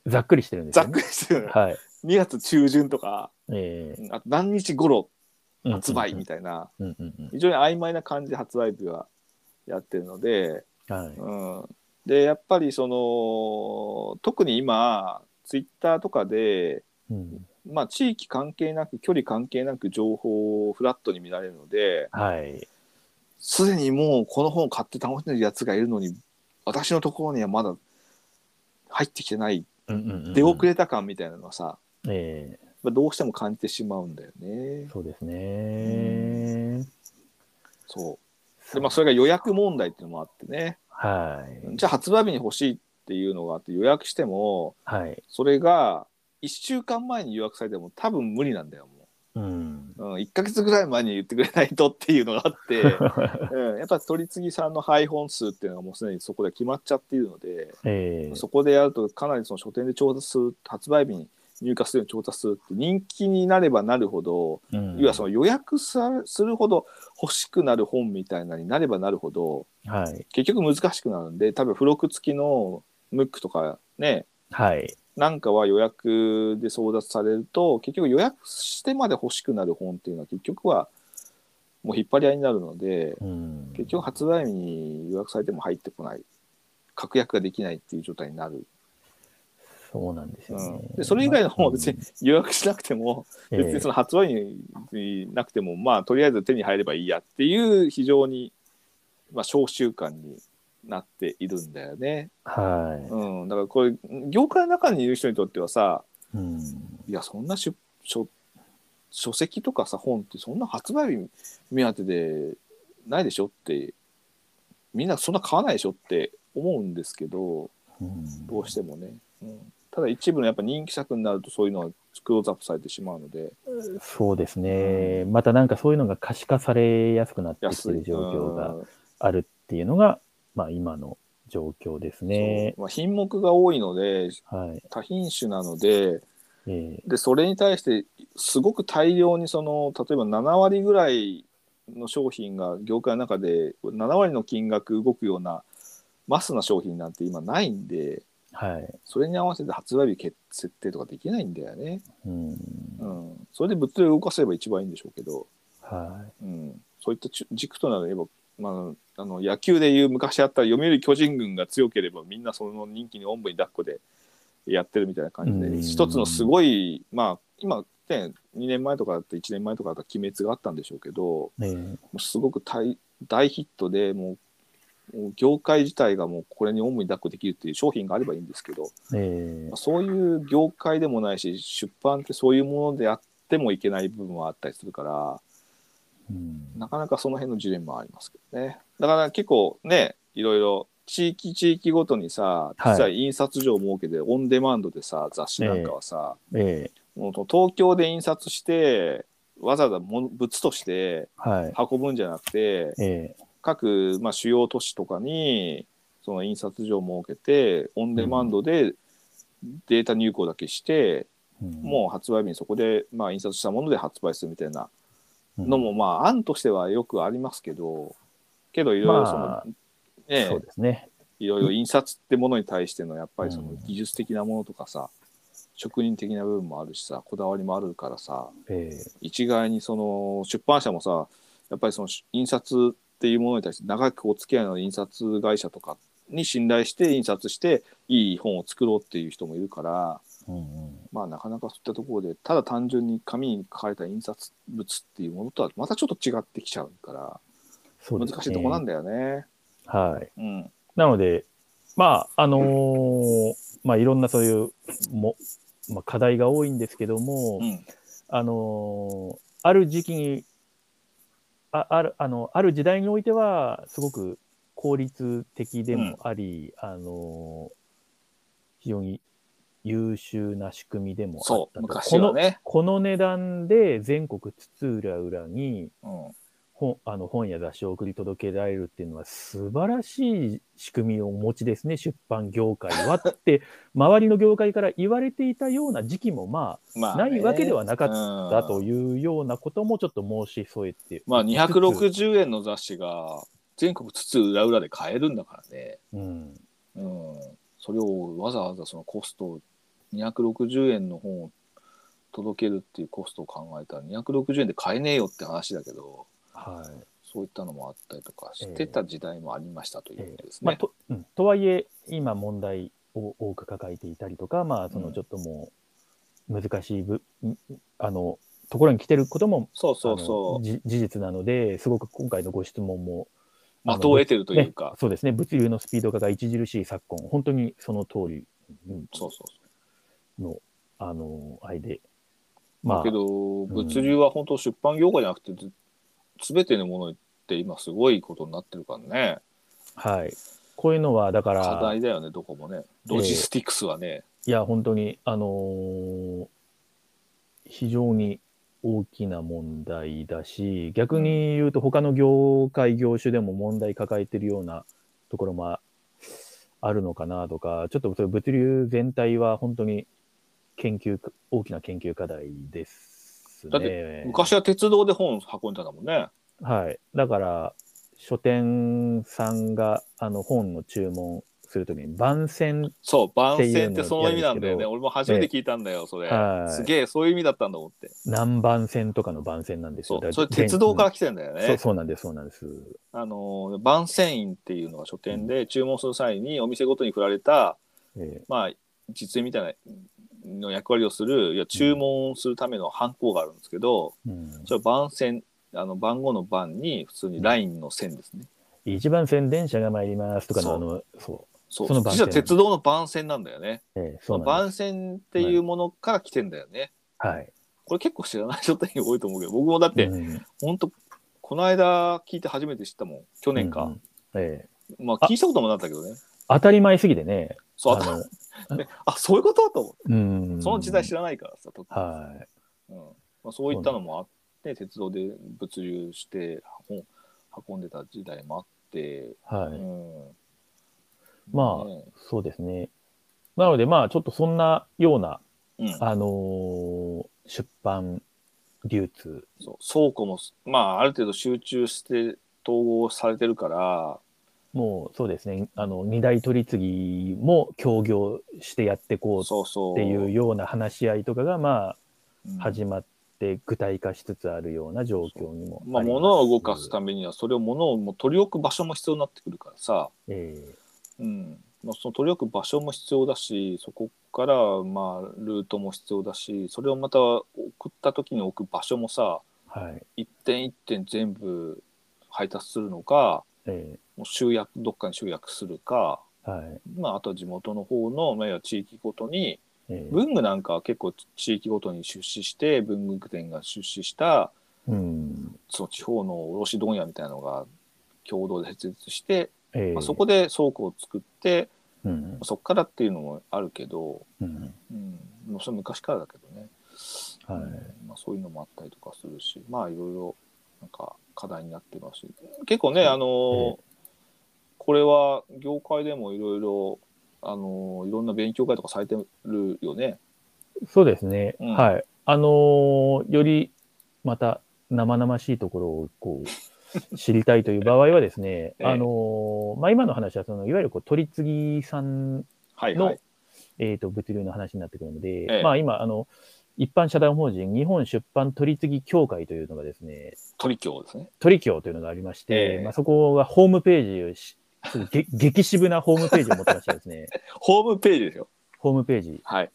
S2: ざっくりしてるんです
S1: ざ
S2: よ、
S1: っ
S2: ね。
S1: くりしてる
S2: はい。
S1: 2月中旬とか
S2: え
S1: あと何日頃
S2: え
S1: 発売みたいな
S2: うんうんうん
S1: 非常に曖昧な感じで発売日はやってるので、
S2: うん。はい。
S1: うん、でやっぱりその特に今ツイッターとかで、
S2: うん。
S1: まあ、地域関係なく距離関係なく情報をフラットに見られるので。
S2: はい。
S1: すでにもうこの本を買って楽しんでるやつがいるのに私のところにはまだ入ってきてない
S2: うんうんうん
S1: 出遅。れた感みたいなのはさ、
S2: ええ
S1: まあどうしても感じてしまうんだよね。
S2: そうです
S1: う
S2: ね。
S1: そうでまあそれが予約問題っていうのもあってね
S2: はい。
S1: じゃあ発売日に欲しいっていうのがあって予約しても
S2: はい。
S1: それが1週間前に予約されても多分無理なんだよも
S2: うん。
S1: う、うん、1ヶ月ぐらい前に言ってくれないとっていうのがあ
S2: (laughs)
S1: って、うん、やっぱ取り次ぎさんの配本数っていうのがもうすでにそこで決まっちゃっているので。
S2: ええ
S1: そこでやるとかなりその書店で調達する発売日に入荷するように調達するって人気になればなるほど、
S2: うん
S1: 要はその予約さするほど欲しくなる本みたいなになればなるほど
S2: はい。
S1: 結局難しくなるんで多分付録付きのムックとかね
S2: はい。
S1: なんかは予約で争奪されると結局予約してまで欲しくなる本っていうのは結局はもう引っ張り合いになるので
S2: うん。
S1: 結局発売日に予約されても入ってこない確約ができないっていう状態になる
S2: そうなんですよね。
S1: でそれ以外の本は別に
S2: ま
S1: 予約しなくても、
S2: あ、
S1: 別にその発売になくても、まあとりあえず手に入ればいいやっていう非常に、まあ、小習慣になっているんだよね。
S2: ええは
S1: うん、だからこれ業界の中にいる人にとってはさ
S2: い。うん。
S1: いやそんな出書書籍とかさ本ってそんな発売日目当てでないでしょってみんなそんな買わないでしょって思うんですけど。
S2: うん
S1: どうしてもね、うん、ただ一部のやっぱ人気作になるとそういうのはクローズアップされてしまうので
S2: そうですね、またなんかそういうのが可視化されやすくなってきて
S1: 安
S2: る
S1: い
S2: 状況が
S1: うん
S2: あるっていうのが、まあ、今の状況ですね
S1: そ。うまあ、品目が多いので
S2: はい
S1: 多品種なので
S2: え
S1: でそれに対してすごく大量にその例えば7割ぐらいの商品が業界の中で7割の金額動くようなマスな商品なんて今ないんで
S2: ーはい
S1: それに合わせて発売日決設定とかできないんだよね、
S2: うん
S1: うん、それで物流を動かせれば一番いいんでしょうけど、
S2: はい
S1: うん、そういったちゅ軸となれば、まあ、あの野球でいう昔あった読売巨人軍が強ければみんなその人気におんぶに抱っこでやってるみたいな感じ
S2: う
S1: で
S2: ん
S1: 一つのすごいまあ今ね2年前とかだって1年前とかだったら鬼滅があったんでしょうけども
S2: えー
S1: うすごく大大ヒットでもうもう業界自体がもうこれにおんぶに抱っこできるっていう商品があればいいんですけど、
S2: え
S1: まあそういう業界でもないし出版ってそういうものであってもいけない部分はあったりするから。
S2: ーうん
S1: なかなかその辺のジレンマはありますけどね。だから結構ね、いろいろ地域地域ごとにさ、
S2: はい
S1: 実は印刷所を設けて、オンデマンドでさ、雑誌なんかはさ、
S2: ええ
S1: もう東京で印刷して、わざわざもの物として
S2: はい。
S1: 運ぶんじゃなくて、
S2: ええ
S1: 各、まあ、主要都市とかに、その印刷所を設けて、オンデマンドでデータ入稿だけして、
S2: うん
S1: もう発売日にそこで、まあ、印刷したもので発売するみたいな
S2: うん
S1: のも、まあ、案としてはよくありますけど、けど、いろいろその、
S2: まあ
S1: ね
S2: そうですね。
S1: いろいろ印刷ってものに対してのやっぱりそうの
S2: ん
S1: 技術的なものとかさ、職人的な部分もあるしさこだわりもあるからさ
S2: え
S1: 一概にその出版社もさやっぱりその印刷っていうものに対して長くお付き合いの印刷会社とかに信頼して印刷していい本を作ろうっていう人もいるから
S2: えうんうん
S1: まあなかなかそういったところでただ単純に紙に書かれた印刷物っていうものとはまたちょっと違ってきちゃうから
S2: そう
S1: 難
S2: ですね
S1: しいとこなんだよね。
S2: はい。
S1: うん、
S2: なので、まあ、あのーまあ、いろんなそういうも、まあ、課題が多いんですけども、
S1: うん、
S2: あのーある時期に、ああるあのある時代においては、すごく効率的でもあり、あのー非常に優秀な仕組みでもあっ
S1: そ
S2: た
S1: う
S2: と
S1: 昔はね。
S2: このこの値段で全国津々浦々に、
S1: うん
S2: 本あの本や雑誌を送り届けられるっていうのは素晴らしい仕組みをお持ちですね出版業界は
S1: (laughs)
S2: って周りの業界から言われていたような時期もま
S1: ま
S2: ないわけではなかあ
S1: た
S2: だというようなこともちょっと申し添えて
S1: まあ260円の雑誌が全国津々浦々で買えるんだからね、
S2: うん
S1: うん、それをわざわざそのコストを260円の本を届けるっていうコストを考えたら260円で買えねえよって話だけど
S2: はい
S1: そういったのもあったりとかしてた時代もありましたということです
S2: まあ、
S1: ね。
S2: とうんとはいえ今問題を多く抱えていたりとかまあそのちょっともう難しいぶ、んあのところに来てることも
S1: そうそう
S2: あ
S1: そ
S2: のじ事実なのですごく今回のご質問も
S1: う
S2: あの
S1: 的を得てるというか
S2: ね、、そうですね、物流のスピード化が著しい昨今、本当にその通りうん
S1: そうそうそう
S2: の、あの、あれで、
S1: だ
S2: ま
S1: けど物流は本当出版業界じゃなくてず全てのものって今すごいことになってるからね。
S2: あ、はい。こういうのは、だ
S1: 課
S2: から、
S1: 題だよね、どこもね。ロジスティクスはね、
S2: いや、本当に、あのー非常に大きな問題だし、逆に言うと、他の業界、業種でも問題抱えてるようなところもああるのかなとか、ちょっとそういう物流全体は本当に研究、大きな研究課題ですね。
S1: だっ昔は鉄道で本を運んでたもんね。
S2: はい。だから、書店さんがあの本の注文するときに番宣、
S1: そう、番宣ってその意味なんだよ
S2: っていう
S1: ね。
S2: のをやるんですけど
S1: 俺も初めて聞いたんだよ、それ。
S2: はい
S1: すげえ、そういう意味だったんだと思って。
S2: 何番宣とかの番宣なんです
S1: そ
S2: よ。だ
S1: う、そ
S2: から
S1: れ鉄道から来てんだよ
S2: うんそう
S1: ね。
S2: そうなんです、そうなんです。
S1: あのー、番宣員っていうのが書店で注文する際にお店ごとに振られた、
S2: え
S1: まあ、実演みたいなの役割をする、いや、注文するためのハンコがあるんですけど、
S2: ーうん
S1: それは番宣、あの番号の番に普通にラインの線ですね。
S2: 一番宣電車が参りますとかの、あの、そ
S1: そう
S2: その番宣
S1: 実は鉄道の番宣なんだよね。
S2: う。えーそうなんで
S1: 番宣っていうものから来てんだよね。
S2: す。はい。
S1: これ結構知らない人って多いと思うけど、僕もだって、
S2: うん
S1: ほんと、この間聞いて初めて知ったもん、去年
S2: う
S1: か。
S2: んえー
S1: まあ、聞いたこともなかったけどね。
S2: 当たり前すぎてね。
S1: そう、あ
S2: あ
S1: と
S2: の
S1: あ、そういうことと思って、
S2: うん。
S1: その時代知らないからさ、特に
S2: はい。
S1: うんまあ、そういったのもあって、鉄道で物流して運運んでた時代もあって、
S2: はい。
S1: うん
S2: まあ
S1: ね
S2: そうですね。なので、まあ、ちょっとそんなような
S1: うん、
S2: あのー出版流通。
S1: そう倉庫も、まあ、ある程度集中して統合されてるから、
S2: もうそうですね、あの、二大取り次ぎも協業してやってこう
S1: そうそう。
S2: っていうような話し合いとかが、ま
S1: うん
S2: あ、始まって具体化しつつあるような状況にも
S1: まあ、
S2: りす
S1: 物を動かすためには、それを物をもう取り置く場所も必要になってくるからさ、
S2: ええ
S1: うんまあ、その取り置く場所も必要だし、そこからまあルートも必要だし、それをまた送った時に置く場所もさ、
S2: はい。
S1: 一点一点全部配達するのか、
S2: え
S1: もう集約どっかに集約するか、
S2: えはい。
S1: まあ、あとは地元の方の、まあ、要は地域ごとに、
S2: ええ
S1: 文具なんかは結構地域ごとに出資して、文具店が出資した、
S2: うん。
S1: その地方の卸問屋みたいなのが共同で設立して
S2: ええ
S1: まあ、そこで倉庫を作って
S2: うん
S1: そこからっていうのもあるけど、
S2: うん
S1: うん、もうそれ昔からだけどね、
S2: は
S1: うんまあ、そういうのもあったりとかするしまあいろいろなんか課題になってますし結構ねあのー、これは業界でもいろいろあのーいろんな勉強会とかされてるよね。
S2: い、そうですね、
S1: うん
S2: はいあのーよりまた生々しいところをこう知りたいという場合はですね、
S1: (laughs) え
S2: あのーまあ、今の話はそのいわゆるこう取り次ぎさん
S1: はいは
S2: の
S1: い。、
S2: えー、と物流の話になってくるので、
S1: ええ
S2: まあ、今あの一般社団法人日本出版取り次ぎ協会というのがですね
S1: 鳥教ですね。
S2: 取り協というのがありまして、
S1: ええ
S2: まあ、そこがホームページをしすごいげ (laughs) 激渋なホームページを持ってましてですね
S1: ホームページですよ。
S2: ホームページ
S1: はい。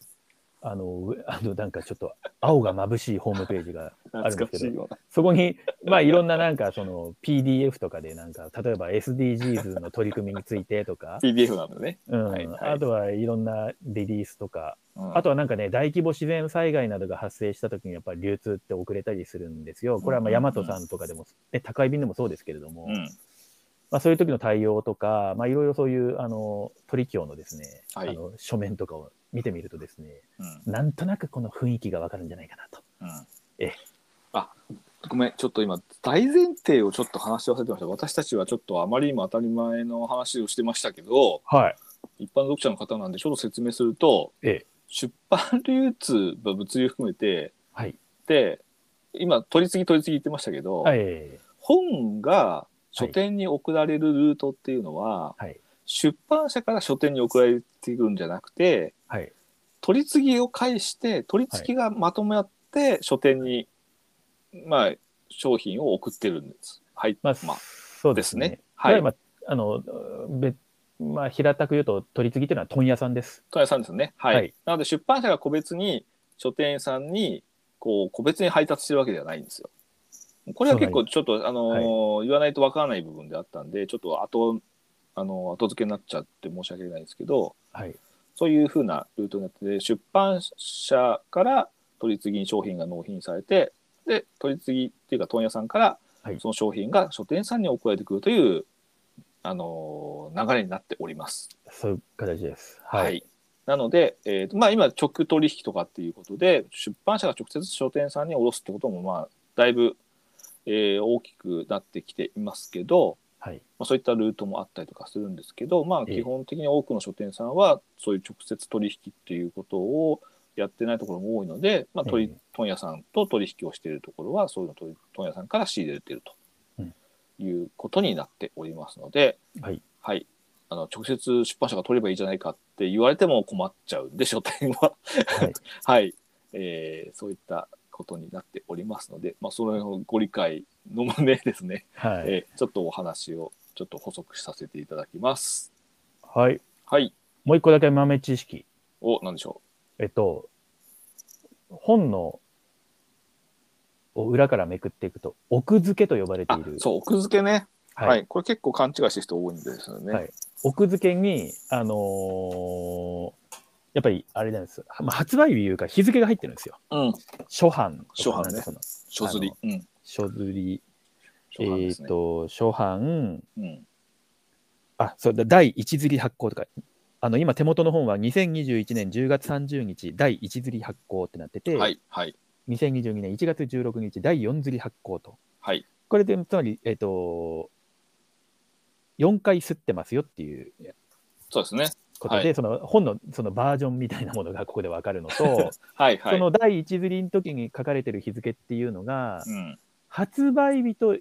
S2: あのうあのなんかちょっと青が眩しいホームページが
S1: 懐かしいような。
S2: そ
S1: (laughs)
S2: こに、まあ、いろんななんかその PDF とかでなんか例えば SDGs の取り組みについてとか、
S1: PDF なんだね。
S2: うん
S1: はいはい
S2: あとはいろんなリリースとか
S1: うん
S2: あとはなんかね、大規模自然災害などが発生したときに、やっぱり流通って遅れたりするんですよ。これはまあ、
S1: う
S2: ヤ
S1: んうんう
S2: マ
S1: ん
S2: トさんとかでも、ね、宅配便でもそうですけれども、
S1: うん。
S2: まあ、そういう時の対応とか、まあ、いろいろそういう、あの、取り協のですね、
S1: はい
S2: あの書面とかを見てみるとですね、
S1: うん
S2: なんとなくこの雰囲気がわかるんじゃないかなと。
S1: うん
S2: ええ
S1: あごめんちょっと今大前提をちょっと話し忘れてました私たちはちょっとあまりにも当たり前の話をしてましたけど
S2: はい。
S1: 一般読者の方なんでちょっと説明すると、
S2: ええ
S1: 出版流通まあ物流含めて
S2: はい。
S1: で今取り次ぎ取り次ぎ言ってましたけど、
S2: はい。
S1: 本が書店に送られるルートっていうのは、
S2: はい。
S1: 出版社から書店に送られてくるんじゃなくて
S2: はい。
S1: 取り次ぎを介して取り次ぎがまとまって書店に、まあ商品を送ってるんです。はい、
S2: ま
S1: まあ、
S2: あ、そうですね。
S1: ですねはい
S2: わゆるまあ、あの、べまあ、平たく言うと、取り次ぎというのは問屋さんです。
S1: 問屋さんですよね。はい。
S2: はい
S1: なので出版社が個別に書店さんにこう個別に配達してるわけではないんですよ。これは結構ちょっとあのー言わないとわからない部分であったんで、ちょっと後あの後付けになっちゃって申し訳ないですけど、
S2: はい。
S1: そういうふうなルートになってて、出版社から取り次ぎに商品が納品されて、で、取り次ぎっていうか問屋さんから
S2: はい、
S1: その商品が書店さんに送られてくるという、あのー流れになっております。
S2: そういう形です。
S1: は。い。なので、えーとまあ、今、直取引とかっていうことで、出版社が直接書店さんに卸すってことも、まあ、だいぶ、えー大きくなってきていますけど、
S2: はい。
S1: まあ、そういったルートもあったりとかするんですけど、まあ、
S2: ええ
S1: 基本的に多くの書店さんはそういう直接取引っていうことをやってないところも多いので、まあ、取り
S2: ええ
S1: 問屋さんと取引をしているところはそういうのを取り問屋さんから仕入れていると、
S2: うん
S1: いうことになっておりますので、
S2: はい。
S1: はい、あの直接出版社が取ればいいじゃないかって言われても困っちゃうんで書店は、
S2: はい。
S1: (laughs) はいえーそういったことになっておりますので、まあ、その辺をご理解の旨ですね。
S2: はい。
S1: えーちょっとお話をちょっと補足させていただきます。
S2: はい。
S1: はい。
S2: もう一個だけ豆知識。
S1: お、なんでしょ
S2: えっと、本のを裏からめくっていくと、奥付けと呼ばれ
S1: う。
S2: て
S1: あ
S2: いる、。
S1: そう、奥付けね。はい。
S2: はい。
S1: これ結構勘違いしてる人多いんですよね。
S2: はい奥付けに、あのーやっぱりあれなんです。まあ、発売日いうか日付が入ってるんですよ。
S1: うん。
S2: 初版
S1: 初
S2: とか。
S1: 版ね
S2: なんかその
S1: 書釣り。うん。
S2: 書釣り。
S1: 書版
S2: え
S1: で
S2: っ
S1: すね。
S2: と、初版、
S1: うん。
S2: あ、そうだ、第一釣り発行とか。あの今手元の本は2021年10月30日第一釣り発行ってなってて、
S1: はい。はい。
S2: 2022年1月16日第4釣り発行と
S1: はい。
S2: これでつまり、えっと4回吸ってますよっていう
S1: そうですね。
S2: ことで、
S1: は
S2: その本のそのバージョンみたいなものがここで分かるのと、
S1: (laughs) はい。はい。
S2: その第1釣りの時に書かれてる日付っていうのが、
S1: うん。
S2: 発売日と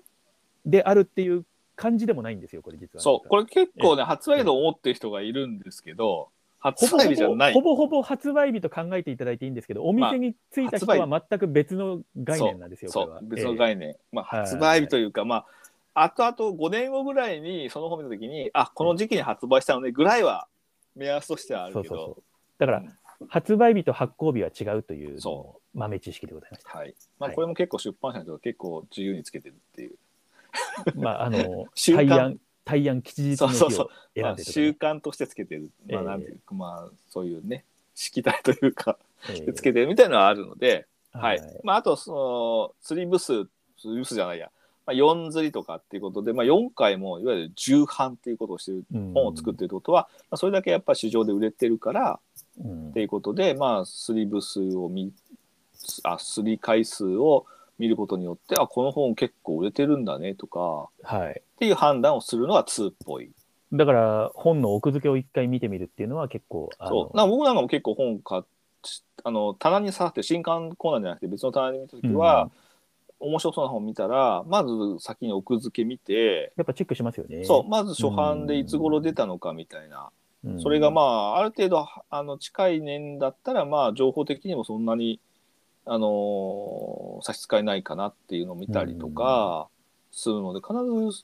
S2: であるっていう感じでもないんですよこれ実は
S1: そう。こ
S2: れ
S1: れ結構ね、発売日と思ってる人がいるんですけど、
S2: ほ
S1: 発
S2: ぼほ
S1: 売
S2: ぼ
S1: 日じゃない。
S2: ほぼほぼ発売日と考えていただいていいんですけどお店に着いた人
S1: まあ
S2: は全く別の概念なんですよ、
S1: そ
S2: これは
S1: う。別の
S2: え
S1: 概念。まあ、
S2: はい
S1: 発売日というか、まあ、あとあと5年後ぐらいにその本見たときに、あ、この時期に発売したのねぐらいは目安としてはあ
S2: え
S1: る
S2: そう
S1: け
S2: そう
S1: ど。
S2: そうだから、発売日と発行日は違うというの
S1: そ
S2: も豆知識でございました。
S1: はい。まあ、
S2: はい
S1: これも結構出版社の人が結構自由につけてるっていう。
S2: まああの
S1: 習慣
S2: 対案対案吉日の日
S1: そう
S2: を
S1: そう
S2: 選
S1: ま
S2: ん
S1: あ、
S2: でとか
S1: 習
S2: ね
S1: 慣としてつけてる。まあ、
S2: ええ
S1: なんていうか、まあ、そういうね、しきたりというか、
S2: ええ
S1: つけてるみたいなのはあるので、
S2: は
S1: はいい。まあ、あと、その、釣り部数、釣り部数じゃないや、まあ、4釣りとかっていうことで、まあ、4回もいわゆる重版っていうことをしてる
S2: うん
S1: 本を作ってるってことは、まあ、それだけやっぱ市場で売れてるから
S2: うん
S1: っていうことで、まあ、スリーブ数を見あスリー回数を見ることによってあこの本結構売れてるんだねとか
S2: はい。
S1: っていう判断をするのは2っぽい。
S2: だから、本の奥付けを一回見てみるっていうのは結構、あ
S1: そうな
S2: の
S1: んか僕なんかも結構本買っあの棚に刺さって新刊コーナーじゃなくて別の棚に見た時は、面白そうな本見たらまず先に奥付け見て、
S2: やっぱチェックしますよね。
S1: そうまず初版でいつ頃出たのかみたいな、
S2: うん
S1: それがまあある程度あの近い年だったらまあ情報的にもそんなに、あのー差し支えないかなっていうのを見たりとかするので、必ず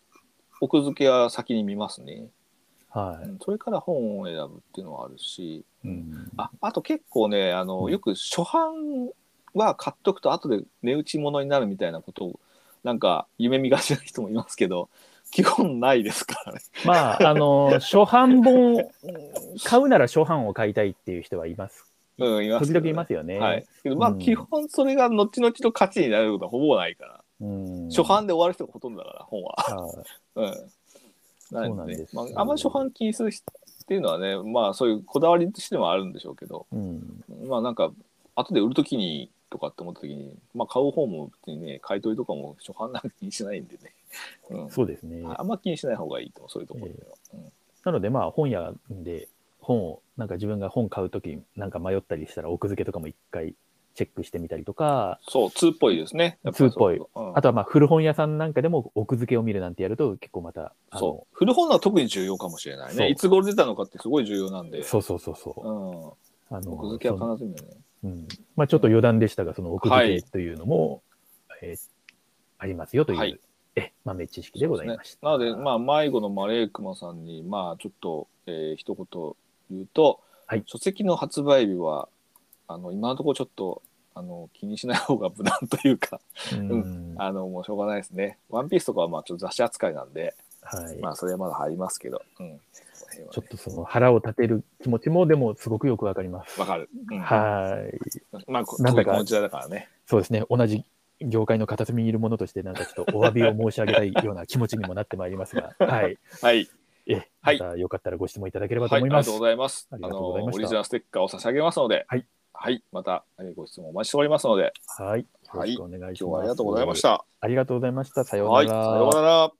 S1: 奥付けは先に見ますね、
S2: は
S1: うんそれから本を選ぶっていうのはあるし、
S2: い。うん
S1: ああと結構ねあの、
S2: うん
S1: よく初版は買っとくと後で値打ち物になるみたいなことをなんか夢見がちな人もいますけど (laughs) 基本ないですからね。
S2: まあ、あの、初版本、買うなら初版を買いたいっていう人はいます。
S1: うん、いますけ
S2: 時
S1: ど
S2: 々いますよね。
S1: はい。けどまあ
S2: うん
S1: 基本それが後々の価値になることはほぼないから、
S2: うん。
S1: 初版で終わる人がほとんどだから本は。
S2: はい
S1: うん。
S2: そうなんです
S1: まあ、あんまり初版気にする人っていうのはねまあそういうこだわりとしてもあるんでしょうけど
S2: うん。
S1: まあなんか後で売るときにとかって思ったときに、まあ、買う方も別にね買い取りとかも初版なんか気にしないんでね、うん
S2: (laughs) そうですね。
S1: あんま気にしない方がいいと思うそういうところでは、
S2: なのでまあ本屋で本を、なんか自分が本買うときなんか迷ったりしたら奥付けとかも一回チェックしてみたりとか、
S1: そう2っぽいですねやぱそう
S2: 通っぽい
S1: うん
S2: あとはまあ古本屋さんなんかでも奥付けを見るなんてやると結構また、あの
S1: そう古本は特に重要かもしれない
S2: そう
S1: ねいつ頃出たのかってすごい重要なんで
S2: そうそうそうそ
S1: う
S2: う。
S1: ん
S2: あの
S1: 奥付けは必ず見るね。
S2: そのうんまあちょっと余談でしたが、その奥
S1: は
S2: 付
S1: い
S2: けというのも、えーありますよという、
S1: はい
S2: え豆知識でございました。
S1: なので、まあ、迷子のマレークマさんに、まあ、ちょっと、えー一言言うと、
S2: はい
S1: 書籍の発売日は、あの、今のところちょっと、あの、気にしない方が無難というか、
S2: うん、
S1: あの、もうしょうがないですね。ワンピースとかは、まあ、ちょっと雑誌扱いなんで、
S2: はい。
S1: まあ、それはまだ入りますけど、うん。その辺は
S2: ちょ
S1: ね
S2: っとその腹を立てる気持ちもでもすごくよくわかります。
S1: わかる。うん、
S2: はい。
S1: まあ、こ
S2: なん
S1: 特
S2: だか
S1: にこの時代だからね。
S2: そうですね、同じ業界の片隅にいる者として、なんかちょっとお詫びを申し上げたいような気持ちにもなってまいりますが、はい。
S1: はい。
S2: え、
S1: はい
S2: またよかったらご質問いただければと
S1: はい、あ
S2: 思い
S1: りが
S2: ます。
S1: とうございます。
S2: ありがとうござい
S1: あ
S2: ま
S1: の
S2: した
S1: オリジナルステッカーを差し上げますので、
S2: はい。
S1: はい、また、えーご質問お待ちしておりますので、
S2: はい。よろしくお願いします。
S1: 今日はありがとうございまし。た。
S2: ありがとうございました。さよう
S1: はい、
S2: な
S1: さ
S2: ら。
S1: ようなら。